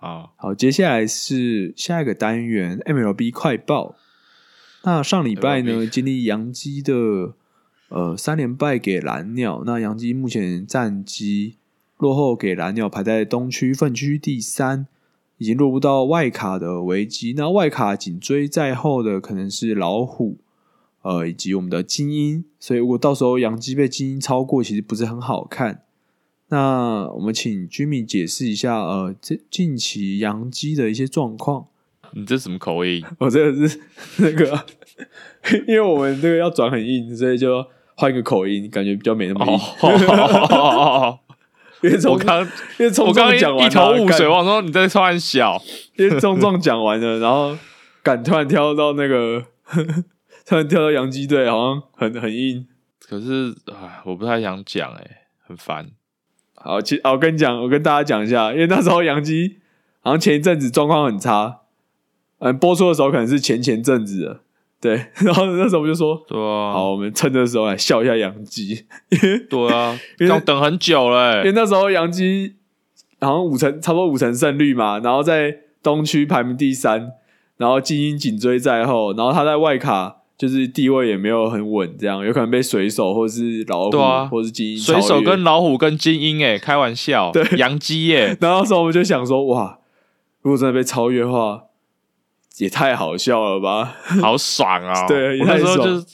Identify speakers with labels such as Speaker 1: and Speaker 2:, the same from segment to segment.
Speaker 1: 啊
Speaker 2: 好，接下来是下一个单元 MLB 快报。那上礼拜呢，
Speaker 1: MLB
Speaker 2: 经历杨基的呃三连败给蓝鸟，那杨基目前战绩落后给蓝鸟，排在东区分区第三，已经落入到外卡的危机。那外卡紧追在后的可能是老虎，呃，以及我们的精英。所以如果到时候杨基被精英超过，其实不是很好看。那我们请 Jimmy 解释一下，呃，这近期杨基的一些状况。
Speaker 1: 你这什么口味？
Speaker 2: 我这个是 那个，因为我们这个要转很硬，所以就换一个口音，感觉比较没那么硬。
Speaker 1: 哦，
Speaker 2: 因为从
Speaker 1: 我刚
Speaker 2: 因为
Speaker 1: 我
Speaker 2: 从
Speaker 1: 刚
Speaker 2: 壮
Speaker 1: 刚
Speaker 2: 讲完
Speaker 1: 一
Speaker 2: 了
Speaker 1: 头雾水，
Speaker 2: 干
Speaker 1: 我想说你在突然小，
Speaker 2: 因为从壮讲完了，然后敢突然跳到那个， 突然跳到洋基队，好像很很硬。
Speaker 1: 可是哎，我不太想讲，哎，很烦。
Speaker 2: 好，其啊我跟你讲，我跟大家讲一下，因为那时候杨基好像前一阵子状况很差，嗯，播出的时候可能是前前阵子了，对， 然后那时候我就说，
Speaker 1: 对啊，
Speaker 2: 好，我们趁这时候来哎笑一下杨基，
Speaker 1: 对啊，
Speaker 2: 因为
Speaker 1: 要等很久了欸
Speaker 2: 因为，那时候杨基好像五成，差不多五成胜率嘛，然后在东区排名第三，然后精英紧追在后，然后他在外卡就是地位也没有很稳，这样有可能被水手或是老虎、
Speaker 1: 对啊
Speaker 2: 或是精英
Speaker 1: 水
Speaker 2: 超越
Speaker 1: 手跟老虎跟精英，哎，开玩笑，
Speaker 2: 对
Speaker 1: 洋基欸 耶，
Speaker 2: 然后那时候我们就想说，哇，如果真的被超越的话，也太好笑了吧？
Speaker 1: 好爽啊！
Speaker 2: 对
Speaker 1: 我那时候
Speaker 2: 也太
Speaker 1: 就
Speaker 2: 爽
Speaker 1: 是，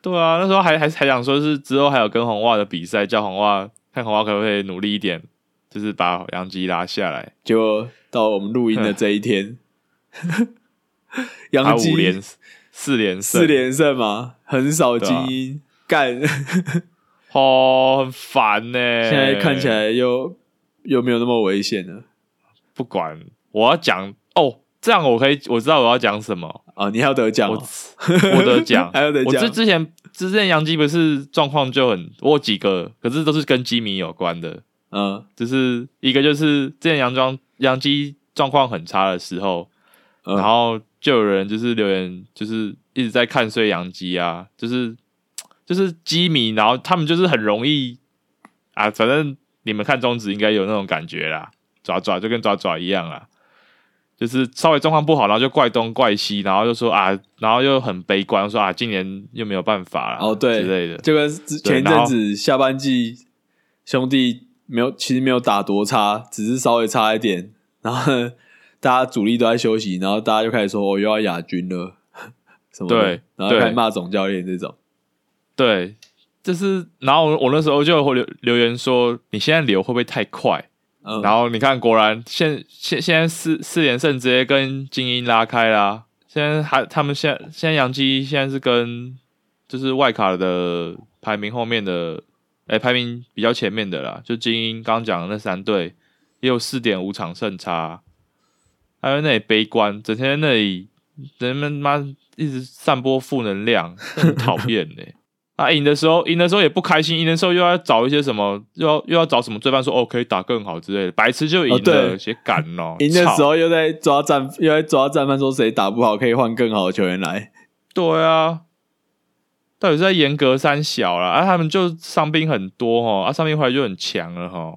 Speaker 1: 对啊，那时候还还还想说是之后还有跟红袜的比赛，叫红袜看红袜可不可以努力一点，就是把杨基拉下来，
Speaker 2: 就到我们录音的这一天，
Speaker 1: 他
Speaker 2: 杨基
Speaker 1: 五连四连胜
Speaker 2: 四连胜嘛，很少
Speaker 1: 对啊
Speaker 2: 精英、干。
Speaker 1: 哦，很烦欸呢、
Speaker 2: 现在看起来又又没有那么危险了
Speaker 1: 不管我要讲哦，这样我可以我知道我要讲什么，
Speaker 2: 啊！你还要得奖
Speaker 1: 我
Speaker 2: 哦、
Speaker 1: 我得讲
Speaker 2: 还要得
Speaker 1: 我
Speaker 2: 奖
Speaker 1: 之之前之前杨基不是状况就很，我有几个，可是都是跟基米有关的，
Speaker 2: 嗯
Speaker 1: 就是一个就是之前杨庄杨基状况很差的时候，
Speaker 2: 嗯
Speaker 1: 然后就有人就是留言，就是一直在看衰杨基啊，就是就是基迷，然后他们就是很容易啊，反正你们看中指应该有那种感觉啦，爪爪就跟爪爪一样啦，就是稍微状况不好，然后就怪东怪西，然后就说啊，然后又很悲观，说啊今年又没有办法啦，
Speaker 2: 哦对
Speaker 1: 之类的
Speaker 2: 嗯，，就跟
Speaker 1: 对
Speaker 2: 之前一
Speaker 1: 然
Speaker 2: 阵
Speaker 1: 后
Speaker 2: 子下半季兄弟没有，其实没有打多差，只是稍微差一点，然后呢大家主力都在休息，然后大家就开始说哦又要亚军了什么的
Speaker 1: 对
Speaker 2: 然后开
Speaker 1: 对
Speaker 2: 始骂总教练这种，
Speaker 1: 对，就是，然后我我那时候就留留言说，你现在留会不会太快？
Speaker 2: 嗯，
Speaker 1: 然后你看，果然现现现在四四连胜直接跟精英拉开啦。现在还他们现在现在杨基现在是跟就是外卡的呃排名后面的，哎、排名比较前面的啦，就精英刚讲的那三队也有四点五场胜差，还有那里悲观，整天在那里人们妈一直散播负能量， 真的很讨厌呢。啊，赢的时候，赢的时候也不开心，赢的时候又要找一些什么，又要又要找什么罪犯说哦，可以打更好之类的，白痴就赢
Speaker 2: 哦对
Speaker 1: 了，谁敢哦？
Speaker 2: 赢的
Speaker 1: 操
Speaker 2: 时候又在抓战，又在抓战犯说谁打不好可以换更好的球员来，
Speaker 1: 对啊，到底是在严格三小啦，啊，他们就伤兵很多哦，啊，伤兵回来就很强了哈。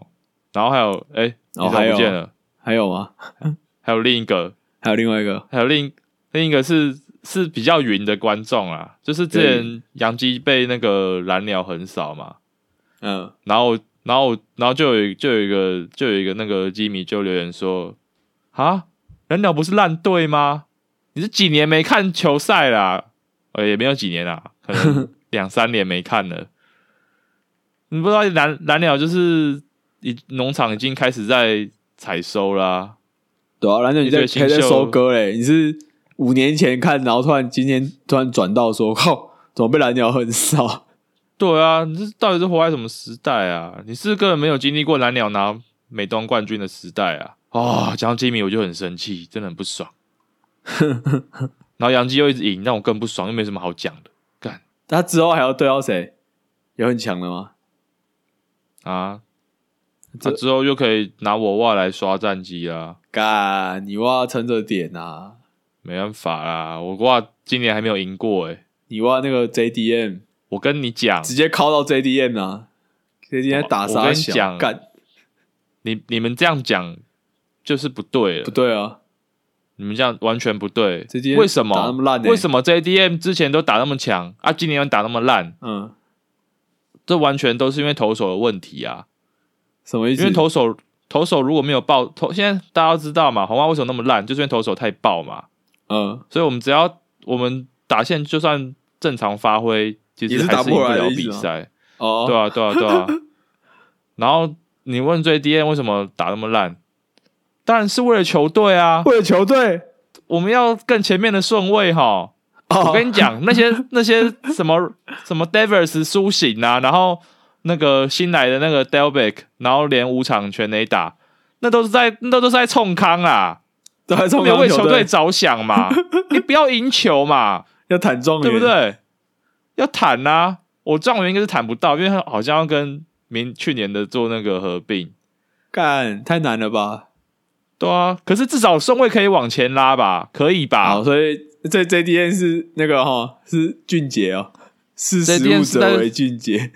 Speaker 1: 然后还有，哎、你怎么
Speaker 2: 哦还有
Speaker 1: 不见了，
Speaker 2: 还有吗？
Speaker 1: 还有另一个，
Speaker 2: 还有另外一个，
Speaker 1: 还有另另一个是是比较云的观众啦，就是之前杨基被那个蓝鸟横扫嘛，
Speaker 2: 嗯，
Speaker 1: 然后然后然后就有就有一个就有一个那个基米就留言说，啊，蓝鸟不是烂队吗？你是几年没看球赛啦？呃，也没有几年啦，可能两三年没看了。你不知道蓝蓝鸟就是已农场已经开始在采收啦、
Speaker 2: 对啊，蓝鸟你在
Speaker 1: 一堆新
Speaker 2: 还在
Speaker 1: 秀
Speaker 2: 收割嘞，你是五年前看，然后突然今天突然转到说，靠，怎么被蓝鸟很少？
Speaker 1: 对啊，你这到底是活在什么时代啊？你是根本没有经历过蓝鸟拿美东冠军的时代啊！哦，讲到吉米我就很生气，真的很不 爽。然后杨基又一直赢，让我更不爽，又没什么好讲的
Speaker 2: 他之后还要对到谁？有很强的吗？
Speaker 1: 啊。
Speaker 2: 这
Speaker 1: 这之后又可以拿我袜来刷战绩啦，
Speaker 2: 干，你哇撑着点啊！
Speaker 1: 没办法啦，我袜今年还没有赢过诶、
Speaker 2: 你哇那个 JDM
Speaker 1: 我跟你讲，
Speaker 2: 直接靠到 JDM 啊！JDM 在打
Speaker 1: 我
Speaker 2: 傻
Speaker 1: 跟你
Speaker 2: 小
Speaker 1: 讲
Speaker 2: 干，
Speaker 1: 你你们这样讲，就是不对
Speaker 2: 不
Speaker 1: 了，
Speaker 2: 对啊，
Speaker 1: 你们这样完全不对
Speaker 2: 这几。天
Speaker 1: 为什
Speaker 2: 打那
Speaker 1: 么？
Speaker 2: 么烂、欸，
Speaker 1: 为什么 JDM 之前都打那么强啊，今年又打那么烂？
Speaker 2: 嗯，
Speaker 1: 这完全都是因为投手的问题啊！
Speaker 2: 什么意思？
Speaker 1: 因为投手投手如果没有爆投，现在大家都知道嘛，红袜为什么那么烂，就是因为投手太爆嘛。
Speaker 2: 嗯，
Speaker 1: 所以我们只要我们打线就算正常发挥，其
Speaker 2: 也
Speaker 1: 实
Speaker 2: 是
Speaker 1: 还
Speaker 2: 打
Speaker 1: 是赢
Speaker 2: 不
Speaker 1: 不
Speaker 2: 回来的
Speaker 1: 了
Speaker 2: 意思
Speaker 1: 比
Speaker 2: 吗
Speaker 1: 赛。
Speaker 2: 哦，
Speaker 1: 对啊，对啊，对 啊。然后你问最 D N 为什么打那么烂？当然是为了球队啊！
Speaker 2: 为了球队，
Speaker 1: 我们要更前面的顺位哈。我
Speaker 2: 哦，
Speaker 1: 跟你讲，那些 那些什么什么 Davis 苏醒啊，然后那个新来的那个 Delbeck，然后连五场全垒打，那都是在那都是在冲康啊，
Speaker 2: 对啊，
Speaker 1: 都
Speaker 2: 冲
Speaker 1: 没有为球队
Speaker 2: 队
Speaker 1: 着想嘛，你不要赢球嘛，
Speaker 2: 要坦状
Speaker 1: 对
Speaker 2: 元，
Speaker 1: 不？对？要谈呐、啊，我状元应该是谈不到，因为他好像要跟明去年的做那个合并，
Speaker 2: 干太难了吧？
Speaker 1: 对啊，可是至少顺位可以往前拉吧，可以吧
Speaker 2: 好，？所以这 JDN 是那个哈，是俊杰哦，识时
Speaker 1: JDN
Speaker 2: 务
Speaker 1: 是在
Speaker 2: 者为俊杰，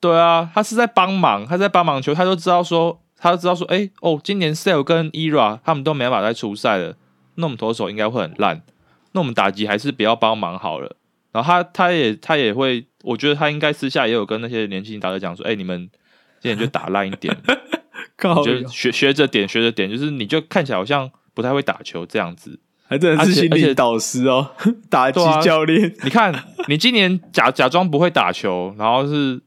Speaker 1: 对啊，他是在帮忙，他在帮忙球，他都知道说，他都知道说，哎、哦，今年 Sale 跟 Era 他们都没办法再出赛了，那我们投手应该会很烂，那我们打击还是不要帮忙好了。然后他他也他也会，我觉得他应该私下也有跟那些年轻打者讲说，哎、你们今年就打烂一点，
Speaker 2: 靠
Speaker 1: 你，
Speaker 2: 哦
Speaker 1: 就学学着点，学着点，就是你就看起来好像不太会打球这样子。
Speaker 2: 还真的
Speaker 1: 而
Speaker 2: 是
Speaker 1: 且
Speaker 2: 心
Speaker 1: 而且
Speaker 2: 理导师哦， 打击
Speaker 1: 对啊
Speaker 2: 教练，
Speaker 1: 你看，你今年假假装不会打球，然后是，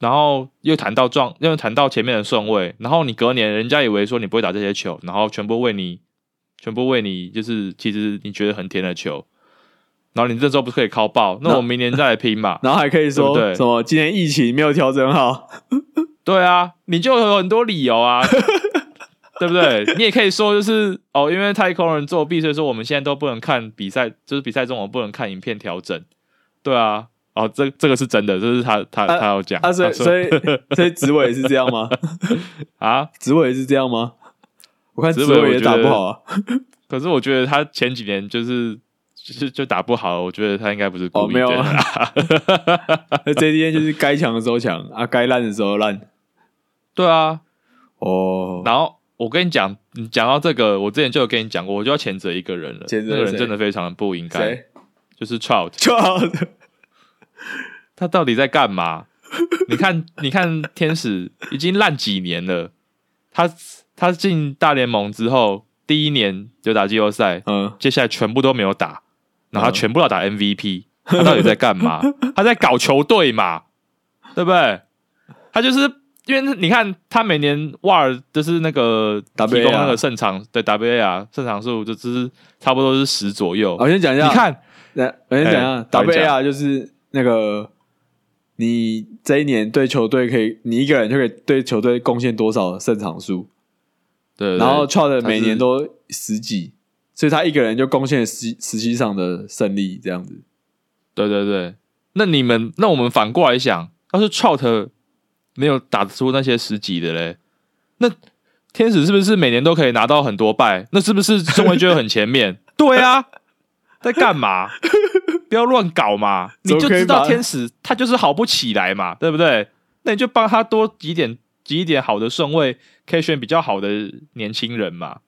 Speaker 1: 然后又谈到状，又谈到前面的顺位，然后你隔年人家以为说你不会打这些球，然后全部为你，全部为你，就是其实你觉得很甜的球，然后你这周不是可以靠爆？那
Speaker 2: 那？
Speaker 1: 我明年再来拼嘛
Speaker 2: 然后还可以说
Speaker 1: 对不对
Speaker 2: 什么今年疫情没有调整好，
Speaker 1: 对啊，你就有很多理由啊。 对不对？你也可以说，就是哦，因为太空人作弊，所以说我们现在都不能看比赛，就是比赛中我们不能看影片调整。对啊，哦，这这个是真的，这是他他、
Speaker 2: 啊
Speaker 1: 他要讲
Speaker 2: 啊，所以
Speaker 1: 他说
Speaker 2: 所以所以执委是这样吗？
Speaker 1: 啊，
Speaker 2: 执委是这样吗？我看
Speaker 1: 执
Speaker 2: 执
Speaker 1: 委
Speaker 2: 委
Speaker 1: 我
Speaker 2: 也
Speaker 1: 觉
Speaker 2: 打
Speaker 1: 得
Speaker 2: 不好啊，
Speaker 1: 可是我觉得他前几年就是就是就打不好，我觉得他应该不是故
Speaker 2: 哦
Speaker 1: 意
Speaker 2: 没
Speaker 1: 的
Speaker 2: 有
Speaker 1: 啦。
Speaker 2: 那 JDN 就是该强的时候强啊，该烂的时候烂
Speaker 1: 对啊，
Speaker 2: 哦，
Speaker 1: 然后我跟你讲，你讲到这个，我之前就有跟你讲过，我就要谴责一个人了，
Speaker 2: 谴责
Speaker 1: 那个人
Speaker 2: 谁
Speaker 1: 真的非常的不应该，
Speaker 2: 谁
Speaker 1: 就是 Trout，
Speaker 2: 就好的
Speaker 1: 他到底在干 嘛？你看，你看，天使已经烂几年了，他他进大联盟之后，第一年就打季后赛，
Speaker 2: 嗯，
Speaker 1: 接下来全部都没有打，然后他
Speaker 2: 嗯
Speaker 1: 全部要打 MVP，、他到底在干 嘛？他在搞球队嘛，对不对？他就是因为你看他每年瓦尔就是那个
Speaker 2: WAR
Speaker 1: 提供那个胜场对 WAR 胜场数就只是差不多哦是十左右。
Speaker 2: 我先讲一
Speaker 1: 你
Speaker 2: 下，
Speaker 1: 看，
Speaker 2: 那我先讲一下
Speaker 1: 哎好你讲
Speaker 2: w r 就是那个你这一年对球队可以，你一个人就可以对球队贡献多少胜场数，
Speaker 1: 对，对
Speaker 2: 然后
Speaker 1: 对
Speaker 2: Trout
Speaker 1: 他是
Speaker 2: 每年都十几，所以他一个人就贡献了十十七场的胜利这样子。
Speaker 1: 对对对，那你们那我们反过来想，要是 Trout 没有打出那些十几的嘞，那天使是不是每年都可以拿到很多败？那是不是顺位就会很前面？ 对啊，在干嘛？不要乱搞嘛！你
Speaker 2: 怎么
Speaker 1: 就
Speaker 2: 可以
Speaker 1: 知道
Speaker 2: 把
Speaker 1: 天使他就是好不起来嘛，对不对？那你就帮他多几点几一点好的顺位，可以选比较好的年轻人嘛。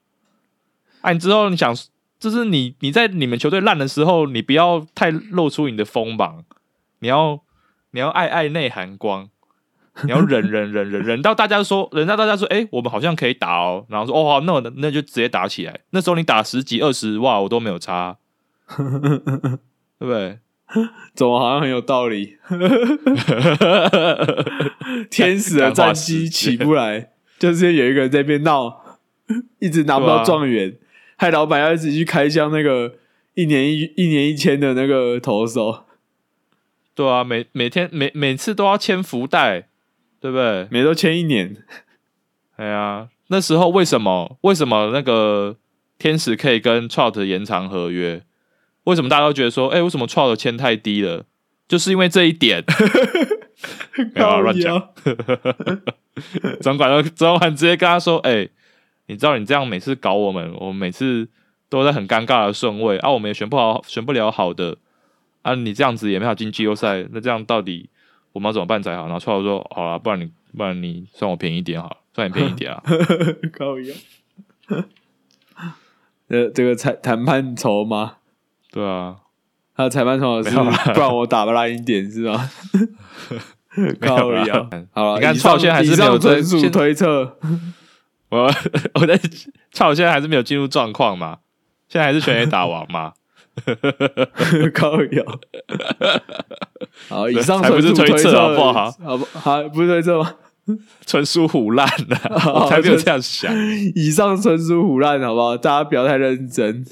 Speaker 1: 啊，你之后你想，就是你你在你们球队烂的时候，你不要太露出你的锋芒，你要你要爱爱内涵光， 你要忍忍忍忍忍到大家说，忍到大家说，哎、我们好像可以打哦，然后说，哦好，那我那就直接打起来。那时候你打十几二十，哇，我都没有差，对不对？
Speaker 2: 怎么好像很有道理？ 天使的战绩起不 来，就是有一个人在那边闹，一直拿不
Speaker 1: 对
Speaker 2: 到
Speaker 1: 啊
Speaker 2: 状元，害老板要一直去开箱那个一年一一年一签的那个投手，
Speaker 1: 对啊，每每天每每次都要签福袋，对不对？
Speaker 2: 每都签一年。
Speaker 1: 哎呀，那时候为什么为什么那个天使可以跟 Trout 延长合约？为什么大家都觉得说，哎、为什么 Trout 签太低了？就是因为这一点， 没 有啊乱讲。
Speaker 2: 靠腰
Speaker 1: 总管都总管直接跟他说，哎、你知道你这样每次搞我们，我们每次都在很尴尬的顺位啊，我们也选不好，选不了好的啊，你这样子也没法进季后赛，那这样到底我们要怎么办才好？然后 Trout 说，好啦，不然你不然你算我便宜一点好了，算你便宜一点啊。
Speaker 2: 靠腰呃， 这个裁谈判筹码，
Speaker 1: 对啊，
Speaker 2: 他的裁判筹码是
Speaker 1: 没有啊啦
Speaker 2: 不然我打不烂一点是吧？
Speaker 1: 没有
Speaker 2: 高一
Speaker 1: 啦
Speaker 2: 样。 好了，
Speaker 1: 你看
Speaker 2: 以上
Speaker 1: 赵先还是
Speaker 2: 以
Speaker 1: 没有
Speaker 2: 上纯
Speaker 1: 真
Speaker 2: 属
Speaker 1: 现
Speaker 2: 推测，
Speaker 1: 我我在操，我现在还是没有进入状况嘛，现在还是全垒打王嘛，
Speaker 2: 高一样。好，以上
Speaker 1: 才
Speaker 2: 纯
Speaker 1: 不是
Speaker 2: 属
Speaker 1: 推测
Speaker 2: 测，
Speaker 1: 好不好
Speaker 2: 好不好？不是推测吗？
Speaker 1: 纯属虎烂的、
Speaker 2: 哦
Speaker 1: 我才没有这样想。
Speaker 2: 以上纯属胡乱，好不好？大家不要太认真，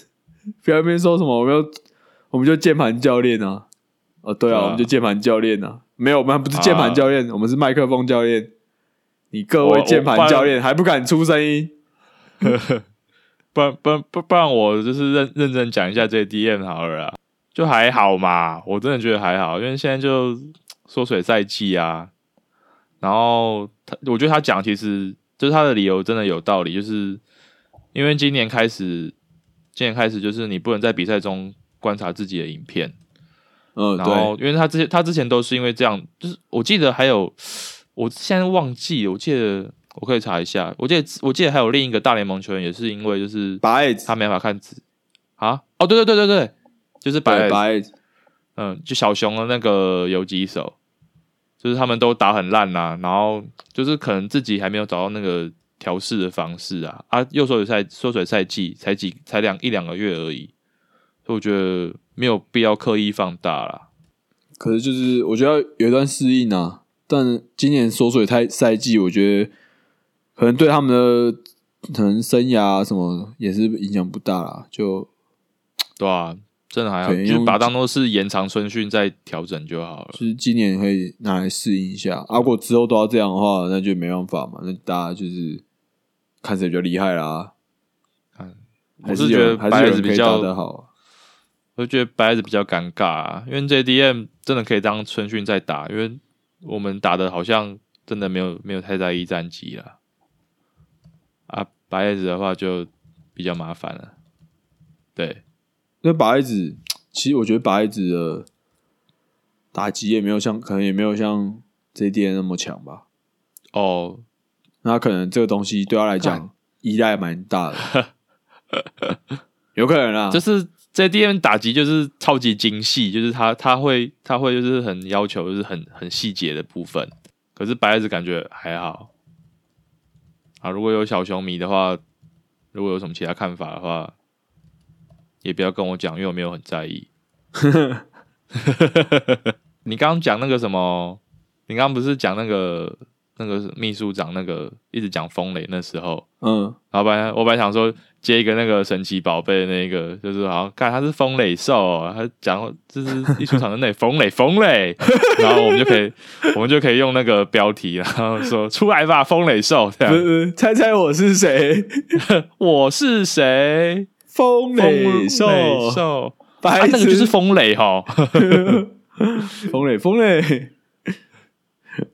Speaker 2: 不要一边说什么我们要，我们就键盘教练啊。哦，对
Speaker 1: 对
Speaker 2: 啊，
Speaker 1: 啊
Speaker 2: 我们就键盘教练啊。没有，我们还不是键盘教练，我们是麦克风教练。你各
Speaker 1: 我
Speaker 2: 位
Speaker 1: 我
Speaker 2: 键盘教练还不敢出声音？
Speaker 1: 不然不然不不然我就是认认真讲一下这 DM 好了啦，就还好嘛，我真的觉得还好，因为现在就缩水赛季啊，然后他我觉得他讲其实就是他的理由真的有道理，就是因为今年开始，今年开始就是你不能在比赛中观察自己的影片，
Speaker 2: 嗯，
Speaker 1: 然
Speaker 2: 对，
Speaker 1: 后因为他之前他之前都是因为这样，就是我记得还有，我现在忘记了，我记得我可以查一下，我记得我记得还有另一个大联盟球员也是因为就是
Speaker 2: 白矮子
Speaker 1: 他没法看字啊，哦对对对对对，就是白
Speaker 2: 对白矮子
Speaker 1: 嗯，就小熊的那个游击手，就是他们都打很烂啦、然后就是可能自己还没有找到那个调试的方式啊啊，又缩水赛缩水赛季才几才两一两个月而已，所以我觉得没有必要刻意放大啦。
Speaker 2: 可是就是我觉得有一段适应啊，但今年缩水太赛季，我觉得可能对他们的可能生涯、啊、什么也是影响不大啦，就
Speaker 1: 对啊，真的还好，
Speaker 2: 对
Speaker 1: 就
Speaker 2: 因为
Speaker 1: 是
Speaker 2: 我
Speaker 1: 把它当做是延长春训再调整就好了
Speaker 2: 就。是今年可以拿来适应一下。啊，如果之后都要这样的话，那就没办法嘛，那大家就是看谁比较厉害啦。
Speaker 1: 看嗯
Speaker 2: 还
Speaker 1: 我是觉
Speaker 2: 有
Speaker 1: 得
Speaker 2: 人还是
Speaker 1: 白
Speaker 2: 有
Speaker 1: 子
Speaker 2: 人可
Speaker 1: 比
Speaker 2: 以打得
Speaker 1: 较，
Speaker 2: 好啊，
Speaker 1: 我觉得白子比较尴尬、啊，因为 JDM 真的可以当春训再打，因为我们打的好像真的没有没有太在意战绩了。啊，白子的话就比较麻烦了。对，
Speaker 2: 因为白子，其实我觉得白子的打击也没有像，可能也没有像 JDN 那么强吧。
Speaker 1: 哦，
Speaker 2: 那可能这个东西对他来
Speaker 1: 看
Speaker 2: 讲依赖蛮大的，有可能啊，
Speaker 1: 就是 JDM 打击就是超级精细，就是他他会他会就是很要求就是很很细节的部分。可是白子感觉还好啊。如果有小熊迷的话，如果有什么其他看法的话，也不要跟我讲，因为我没有很在意。你刚刚讲那个什么？你刚刚不是讲那个那个秘书长那个一直讲风雷那时候？
Speaker 2: 嗯，
Speaker 1: 然后本来我本来想说接一个那个神奇宝贝的那个，就是好像看他是风雷兽、哦，他讲就是一出场的那里风雷风雷，然后我们就可以我们就可以用那个标题，然后说出来吧风雷兽这
Speaker 2: 不是
Speaker 1: 样，
Speaker 2: 不是，猜猜我是谁？
Speaker 1: 我是谁？风
Speaker 2: 风雷兽，
Speaker 1: 雷兽，啊
Speaker 2: 白
Speaker 1: 那个
Speaker 2: 痴
Speaker 1: 就是风雷哈，
Speaker 2: 风雷风雷，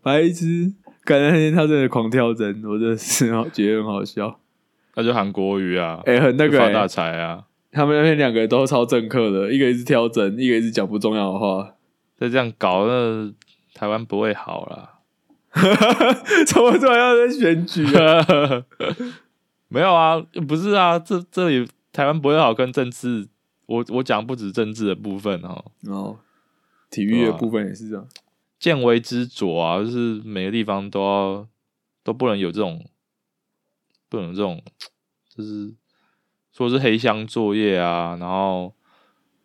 Speaker 2: 白痴！感觉那天他真的狂跳针，我真的是好觉得很好笑。
Speaker 1: 那就韩国语啊，
Speaker 2: 哎、很那
Speaker 1: 就
Speaker 2: 个、
Speaker 1: 发大
Speaker 2: 欸，
Speaker 1: 财啊，
Speaker 2: 他们那边两个都超政客的，一个一直跳针，一个一直讲不重要的话，
Speaker 1: 再这样搞，那台湾不会好啦。
Speaker 2: 怎么突然要在选举啊？
Speaker 1: 没有啊，不是啊，这这里台湾不会好跟政治，我我讲不止政治的部分哦，
Speaker 2: 然后体育的
Speaker 1: 对啊
Speaker 2: 部分也是这样。
Speaker 1: 见微知著啊，就是每个地方都要都不能有这种，不能有这种，就是说是黑箱作业啊，然后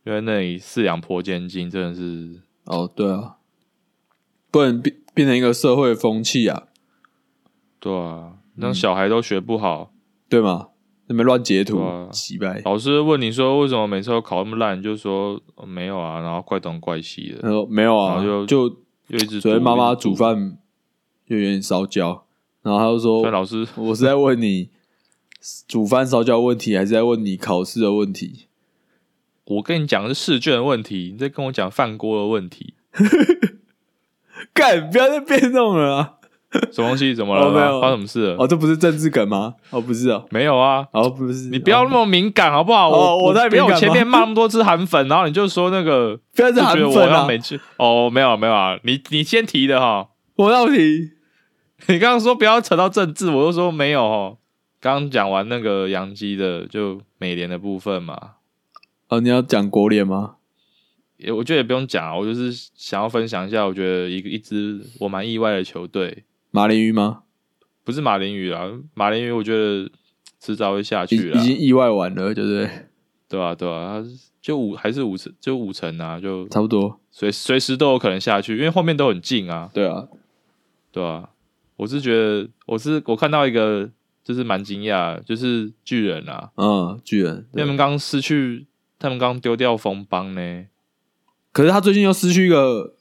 Speaker 1: 因为那里四两拨千斤，真的是
Speaker 2: 哦，对啊，不能变变成一个社会风气啊，
Speaker 1: 对啊，让小孩都学不好，
Speaker 2: 对吗？那边乱截
Speaker 1: 对
Speaker 2: 图
Speaker 1: 啊，
Speaker 2: 奇怪、
Speaker 1: 老师问你说为什么每次都考那么烂，你就说、哦没有啊，然后怪东怪西的
Speaker 2: 他，说没有啊
Speaker 1: 然，后
Speaker 2: 就
Speaker 1: 又一直
Speaker 2: 昨天
Speaker 1: 读
Speaker 2: 妈妈
Speaker 1: 一直
Speaker 2: 煮
Speaker 1: 读
Speaker 2: 饭就有点烧焦，然后他就
Speaker 1: 所以
Speaker 2: 说，
Speaker 1: 老师
Speaker 2: 我是在问你煮饭烧焦问题，还是在问你考试的问题？
Speaker 1: 我跟你讲的是试卷的问题，你在跟我讲饭锅的问题，
Speaker 2: 干，不要再变动了啊！
Speaker 1: 什么东西怎么了
Speaker 2: 哦没
Speaker 1: 吗？
Speaker 2: 有
Speaker 1: 发生什么事了？
Speaker 2: 哦，这不是政治梗吗？哦，不是哦，
Speaker 1: 没有啊，
Speaker 2: 哦，不是，
Speaker 1: 你不要那
Speaker 2: 哦
Speaker 1: 么敏感好不好？
Speaker 2: 哦
Speaker 1: 我
Speaker 2: 我太
Speaker 1: 不要
Speaker 2: 敏感吗
Speaker 1: 前面骂那么多次韩粉，然后你就说那个，
Speaker 2: 不要
Speaker 1: 就
Speaker 2: 再
Speaker 1: 觉
Speaker 2: 含
Speaker 1: 得我
Speaker 2: 粉
Speaker 1: 要
Speaker 2: 啊
Speaker 1: 每！次哦，没有没有啊，你你先提的哈，
Speaker 2: 我到底
Speaker 1: 你刚刚说不要扯到政治，我就说没有哦，刚刚讲完那个洋基的，就美联的部分嘛，
Speaker 2: 哦，你要讲国联吗？
Speaker 1: 也我觉得也不用讲啊，我就是想要分享一下，我觉得一个一支我蛮意外的球队，
Speaker 2: 马林鱼吗？
Speaker 1: 不是马林鱼啦，马林鱼我觉得迟早会下
Speaker 2: 已
Speaker 1: 去
Speaker 2: 已
Speaker 1: 啦，
Speaker 2: 经意外完了，对不对？
Speaker 1: 对吧、对吧、啊？就五还是五成，就五成啊，就
Speaker 2: 差不多，
Speaker 1: 随随时都有可能下去，因为后面都很近啊，
Speaker 2: 对啊，
Speaker 1: 对啊，我是觉得我是我看到一个就是蛮惊讶的，就是巨人啊，
Speaker 2: 嗯，巨人。
Speaker 1: 他
Speaker 2: 对
Speaker 1: 们刚失去，他们刚丢掉风邦呢。
Speaker 2: 可是他最近又失去一个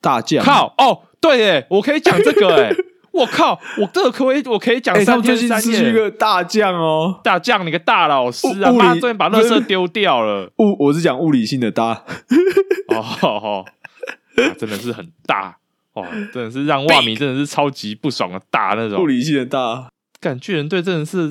Speaker 2: 大将，！
Speaker 1: 靠哦，对耶， 我可以讲这个哎，我靠，我这个可不可以？我可以讲
Speaker 2: 哎，他
Speaker 1: 三
Speaker 2: 们
Speaker 1: 天
Speaker 2: 最近
Speaker 1: 三
Speaker 2: 失去一
Speaker 1: 夜。
Speaker 2: 个大将哦，
Speaker 1: 大将，你个大老师啊！
Speaker 2: 物物理
Speaker 1: 妈，终于把垃圾丢掉了。
Speaker 2: 物我是讲物理性的大，
Speaker 1: 哦吼吼、啊真的是很大哦，真的是让袜迷真的是超级不爽的大那种
Speaker 2: 物。理性的大，
Speaker 1: 感巨人队真的是，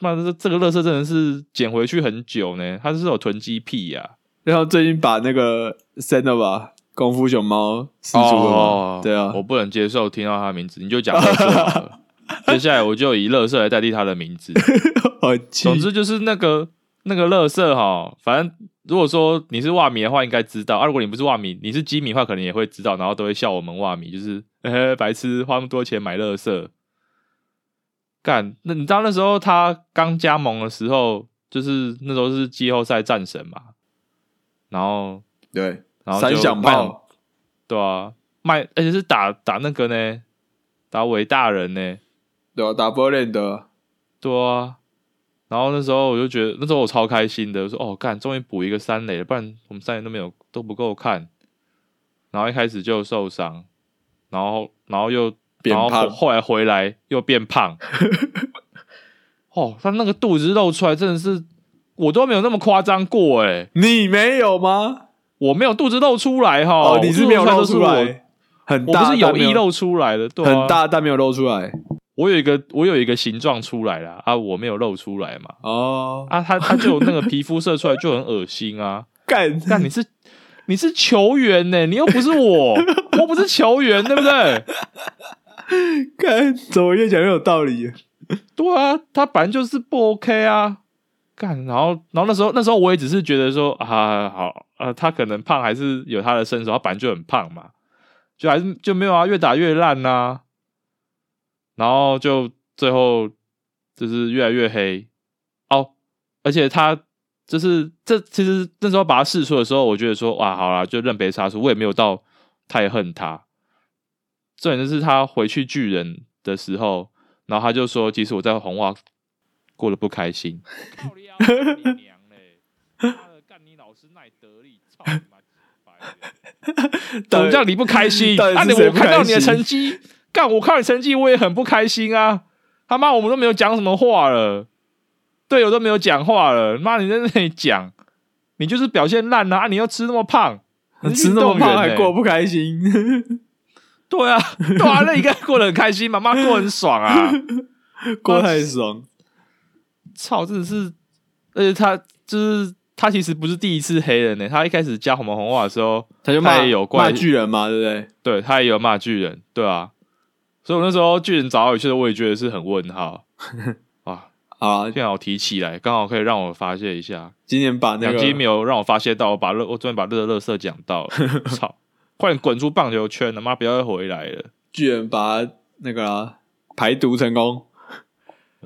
Speaker 1: 妈的，这个垃圾真的是捡回去很久呢。他是有囤积癖啊呀、
Speaker 2: 然后最近把那个 s e n o v a 功夫熊
Speaker 1: 哦
Speaker 2: 猫撕出了嘛，对啊，
Speaker 1: 我不能接受听到他的名字，你就讲乐色好 了。接下来我就以乐色来代替他的名字。
Speaker 2: 好气
Speaker 1: 总之就是那个那个乐色哈，反正如果说你是袜迷的话，应该知道；啊，如果你不是袜迷，你是基米的话，可能也会知道，然后都会笑我们袜迷，就是呃白痴花那么多钱买乐色。干，那你知道那时候他刚加盟的时候，就是那时候是季后赛战神嘛，然后
Speaker 2: 对，
Speaker 1: 然后就
Speaker 2: 三响炮，
Speaker 1: 对啊，卖而且是打打那个呢，打伟大人呢，
Speaker 2: 对啊，打 Berlin 的，
Speaker 1: 对啊。然后那时候我就觉得，那时候我超开心的，我说哦干，终于补一个三垒了，不然我们三垒都没有都不够看。然后一开始就受伤，然后然后又
Speaker 2: 变
Speaker 1: 然后后
Speaker 2: 胖
Speaker 1: 后来回来又变 胖。哦，他那个肚子露出来真的是，我都没有那么夸张过哎、
Speaker 2: 你没有吗？
Speaker 1: 我没有肚子露出来哈、
Speaker 2: 哦，你是没有
Speaker 1: 我肚
Speaker 2: 露
Speaker 1: 子
Speaker 2: 出
Speaker 1: 出来都是
Speaker 2: 来，很
Speaker 1: 我，我
Speaker 2: 大，
Speaker 1: 不是有
Speaker 2: 但没
Speaker 1: 意露出来的，对、啊，
Speaker 2: 很大，但没有露出来
Speaker 1: 我有一个我有一个形状出来啦，啊，我没有露出来嘛，
Speaker 2: 哦，
Speaker 1: 啊，他他就有那个皮肤射出来就很恶心啊。
Speaker 2: 干
Speaker 1: 但你是你是球员呢、你又不是我，我又不是球员，对不对？
Speaker 2: 干，怎么越讲越有道理？
Speaker 1: 对啊，他本来就是不 OK 啊。干，然后然后那时候那时候我也只是觉得说啊，好呃，他可能胖还是有他的身手，他本来就很胖嘛，就还是就没有啊，越打越烂呐、然后就最后就是越来越黑哦，而且他就是这其实那时候把他试出的时候，我觉得说哇，好啦，就认赔杀出，我也没有到太恨他。重点就是他回去巨人的时候，然后他就说，其实我在红袜过得不开心。干你老师奈德利，操你妈！ 怎么叫你不开心？
Speaker 2: 嗯到底
Speaker 1: 啊，
Speaker 2: 是
Speaker 1: 你
Speaker 2: 谁
Speaker 1: 我
Speaker 2: 不开
Speaker 1: 看到你的
Speaker 2: 心
Speaker 1: 成绩，干我看到你成绩，我也很不开心啊！他妈，我们都没有讲什么话了，队友都没有讲话了，妈你在那里讲，你就是表现烂啊！啊你又吃那么胖，你是
Speaker 2: 吃那么
Speaker 1: 运动
Speaker 2: 胖
Speaker 1: 员
Speaker 2: 还
Speaker 1: 欸
Speaker 2: 过不开 心，
Speaker 1: 对啊，对啊，那你应该过得很开心嘛，妈过得很爽啊！
Speaker 2: 过太爽。
Speaker 1: 操，真的是，而且他就是他其实不是第一次黑人呢、欸他一开始加红毛红袜的时候，
Speaker 2: 他就
Speaker 1: 他
Speaker 2: 骂
Speaker 1: 也有怪
Speaker 2: 骂巨人嘛，对不对？
Speaker 1: 对他也有骂巨人，对啊，所以我那时候巨人找到我去的时候，我也觉得是很问号啊。
Speaker 2: 啊，
Speaker 1: 幸好我提起来，刚好可以让我发泄一下。
Speaker 2: 今年把那
Speaker 1: 两
Speaker 2: 个
Speaker 1: 击没有让我发泄到，我把乐我终于把乐乐色讲到 了，操！快点滚出棒球圈了，妈不要再回来了。
Speaker 2: 巨人把他那个啊排毒成 功，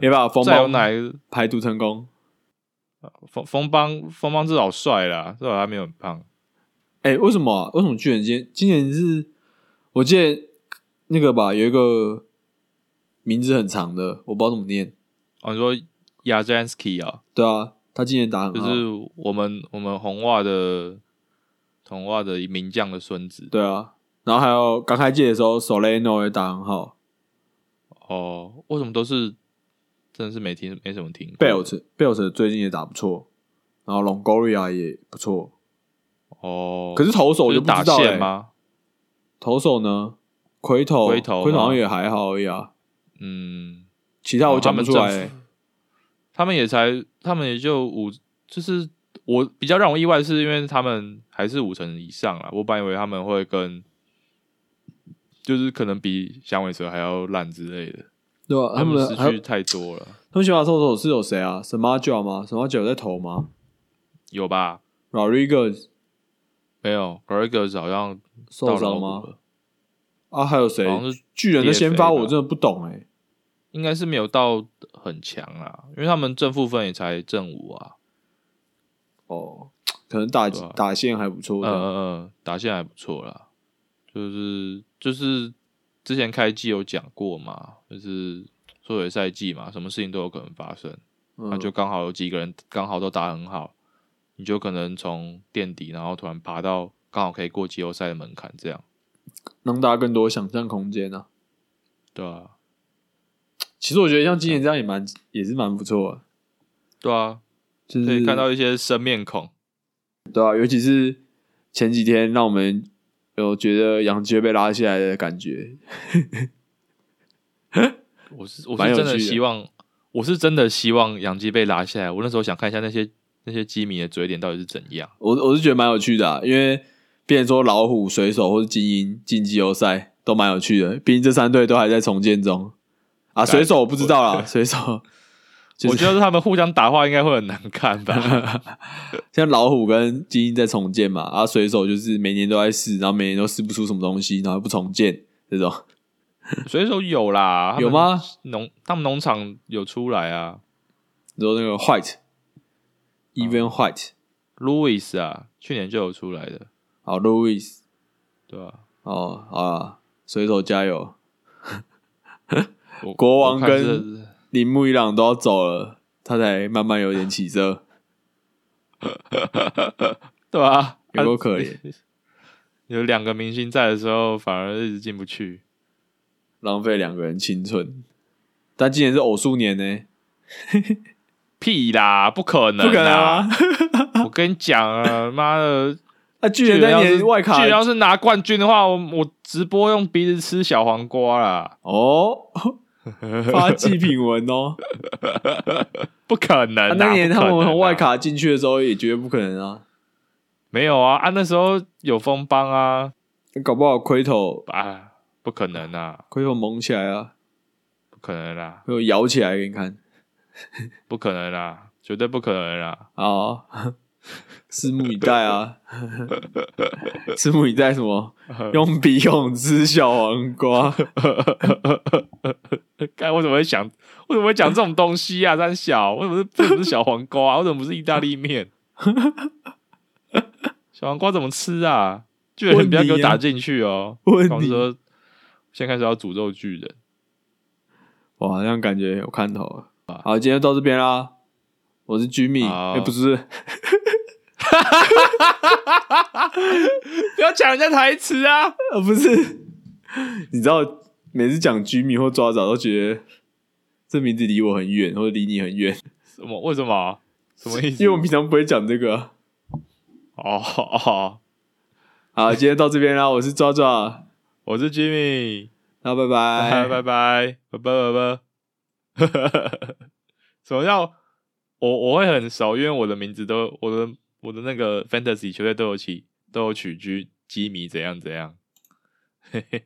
Speaker 2: 也把风
Speaker 1: 再
Speaker 2: 暴
Speaker 1: 有哪一个
Speaker 2: 排毒成功。
Speaker 1: 冯冯邦冯邦至少帅啦，至少他没有很胖。
Speaker 2: 哎、为什么、啊？为什么巨人今年今年是？我记得那个吧，有一个名字很长的，我不知道怎么念。
Speaker 1: 哦，你说 y a z a n s k y 啊、
Speaker 2: 对啊，他今年打很
Speaker 1: 就
Speaker 2: 好，
Speaker 1: 是我们我们红袜的红袜的名将的孙子
Speaker 2: 对啊。然后还有刚开季的时候，Solano 也打很好
Speaker 1: 哦，为什么都是真的是没听没什么听过
Speaker 2: ，Belt Belt 最近也打不错，然后 Longoria 也不错。
Speaker 1: 哦，
Speaker 2: 可是投手我
Speaker 1: 就
Speaker 2: 就是不
Speaker 1: 打
Speaker 2: 知道欸了、
Speaker 1: 线吗？
Speaker 2: 投手呢？魁头，
Speaker 1: 奎头
Speaker 2: 好
Speaker 1: 吗
Speaker 2: 像也还好而已啊。
Speaker 1: 嗯，
Speaker 2: 其他
Speaker 1: 哦
Speaker 2: 我
Speaker 1: 他
Speaker 2: 讲不
Speaker 1: 们
Speaker 2: 出
Speaker 1: 正
Speaker 2: 来、欸
Speaker 1: 负他们也才他们也就五，就是我比较让我意外，是因为他们还是五成以上啦。我本来以为他们会跟就是可能比响尾蛇还要烂之类的。
Speaker 2: 对吧？他
Speaker 1: 他
Speaker 2: 们
Speaker 1: 们
Speaker 2: 的
Speaker 1: 失
Speaker 2: 还有
Speaker 1: 去太多了，
Speaker 2: 他们先发投手是有谁啊？什么九吗？什么九在投吗
Speaker 1: 有吧？
Speaker 2: ？Rodriguez
Speaker 1: 没有 g r e g o r 好像到
Speaker 2: 受
Speaker 1: 老
Speaker 2: 伤
Speaker 1: 骨
Speaker 2: 吗？
Speaker 1: 了，
Speaker 2: 啊，还有谁？
Speaker 1: 好像是
Speaker 2: 巨人的先发
Speaker 1: DFA 吧
Speaker 2: 我真的不懂哎、
Speaker 1: 应该是没有到很强啦，因为他们正负分也才正五啊，
Speaker 2: 哦，可能打、
Speaker 1: 对啊
Speaker 2: 打线还不错
Speaker 1: 嗯
Speaker 2: 的。
Speaker 1: 嗯嗯，打线还不错啦，就是就是之前开季有讲过嘛，就是缩水赛季嘛，什么事情都有可能发生，
Speaker 2: 嗯
Speaker 1: 那就刚好有几个人刚好都打很好，你就可能从垫底，然后突然爬到刚好可以过季后赛的门槛，这样
Speaker 2: 能大家更多想象空间啊。
Speaker 1: 对啊，
Speaker 2: 其实我觉得像今年这样也蛮也是蛮不错的，
Speaker 1: 对啊，
Speaker 2: 就是
Speaker 1: 可以看到一些生面孔，
Speaker 2: 对啊，尤其是前几天让我们有觉得杨基会被拉下来的感觉。
Speaker 1: 我是我
Speaker 2: 蛮
Speaker 1: 是
Speaker 2: 有
Speaker 1: 真的
Speaker 2: 趣的
Speaker 1: 希望，我是真的希望杨基被拉下来，我那时候想看一下那些那些基迷的嘴脸到底是怎样，
Speaker 2: 我我是觉得蛮有趣的、啊，因为变成说老虎、水手或者精英进季后赛都蛮有趣的，毕竟这三队都还在重建中啊。水手我不知道啦，水手就是
Speaker 1: 我觉得他们互相打话应该会很难看 吧，
Speaker 2: 像老虎跟精英在重建嘛，啊，水手就是每年都在试，然后每年都试不出什么东西，然后又不重建这种。
Speaker 1: 水手有啦，他们
Speaker 2: 有吗？
Speaker 1: 农他们农场有出来啊
Speaker 2: 你说那个 White，Even
Speaker 1: 哦
Speaker 2: White，
Speaker 1: ，Louis 啊，去年就有出来的，
Speaker 2: 好 Louis，
Speaker 1: 对吧、
Speaker 2: 哦，好啦，水手加油！
Speaker 1: 我
Speaker 2: 国王
Speaker 1: 我看
Speaker 2: 跟
Speaker 1: 是
Speaker 2: 铃木一朗都要走了，他才慢慢有点 起色，
Speaker 1: 对啊，
Speaker 2: 有
Speaker 1: 他
Speaker 2: 够可怜，
Speaker 1: 有两个明星在的时候，反而一直进不去。
Speaker 2: 浪费两个人青春。但今年是偶数年呢，
Speaker 1: 屁啦，不可能，
Speaker 2: 不可能啊！！
Speaker 1: 我跟你讲啊， 妈的，
Speaker 2: 啊，巨
Speaker 1: 巨
Speaker 2: 人
Speaker 1: 人
Speaker 2: 那
Speaker 1: 要是
Speaker 2: 年外卡
Speaker 1: 巨人要是拿冠军的话，我我直播用鼻子吃小黄瓜啦，
Speaker 2: 哦， 发祭品文哦。
Speaker 1: 不可能
Speaker 2: 啊
Speaker 1: 啊！
Speaker 2: 那年
Speaker 1: 不可
Speaker 2: 他
Speaker 1: 能啊
Speaker 2: 们从外卡进去的时候，也绝对不可能啊。
Speaker 1: 没有啊啊，那时候有风帮啊
Speaker 2: 搞不好盔头
Speaker 1: 啊，不可能啊，
Speaker 2: 盔头蒙起来啊，
Speaker 1: 不可能啊啦，
Speaker 2: 盔头摇起来给你看
Speaker 1: 不可能啦，绝对不可能啦！
Speaker 2: 啊， 哦拭目以待啊， 拭目以待什么？用鼻孔吃小黄瓜，
Speaker 1: 该我怎么会想，我怎么会讲这种东西啊？三小，为什么是 这不是小黄瓜、啊？为什么不是意大利面？小黄瓜怎么吃啊？巨人不要给我打进去哦！
Speaker 2: 啊问
Speaker 1: 到
Speaker 2: 你
Speaker 1: 时候先开始要诅咒巨人，
Speaker 2: 哇，这样感觉有看头了。好，今天就到这边啦。我是 Jimmy，
Speaker 1: 好
Speaker 2: 哎、不是，
Speaker 1: 不要抢人家台词啊！
Speaker 2: 呃，不是，你知道每次讲 Jimmy 或抓早都觉得这名字离我很远，或者离你很远，
Speaker 1: 什么？为什么？什么意思？
Speaker 2: 因为我们平常不会讲这个啊、
Speaker 1: 哦哦，
Speaker 2: 好，今天到这边啦，我是抓抓，
Speaker 1: 我是 Jimmy，
Speaker 2: 那拜拜
Speaker 1: 拜拜拜拜拜拜拜。 什么叫我我会很熟？因为我的名字都我的我的那个 fantasy 球队都有起都有取居基米怎样怎样。嘿嘿。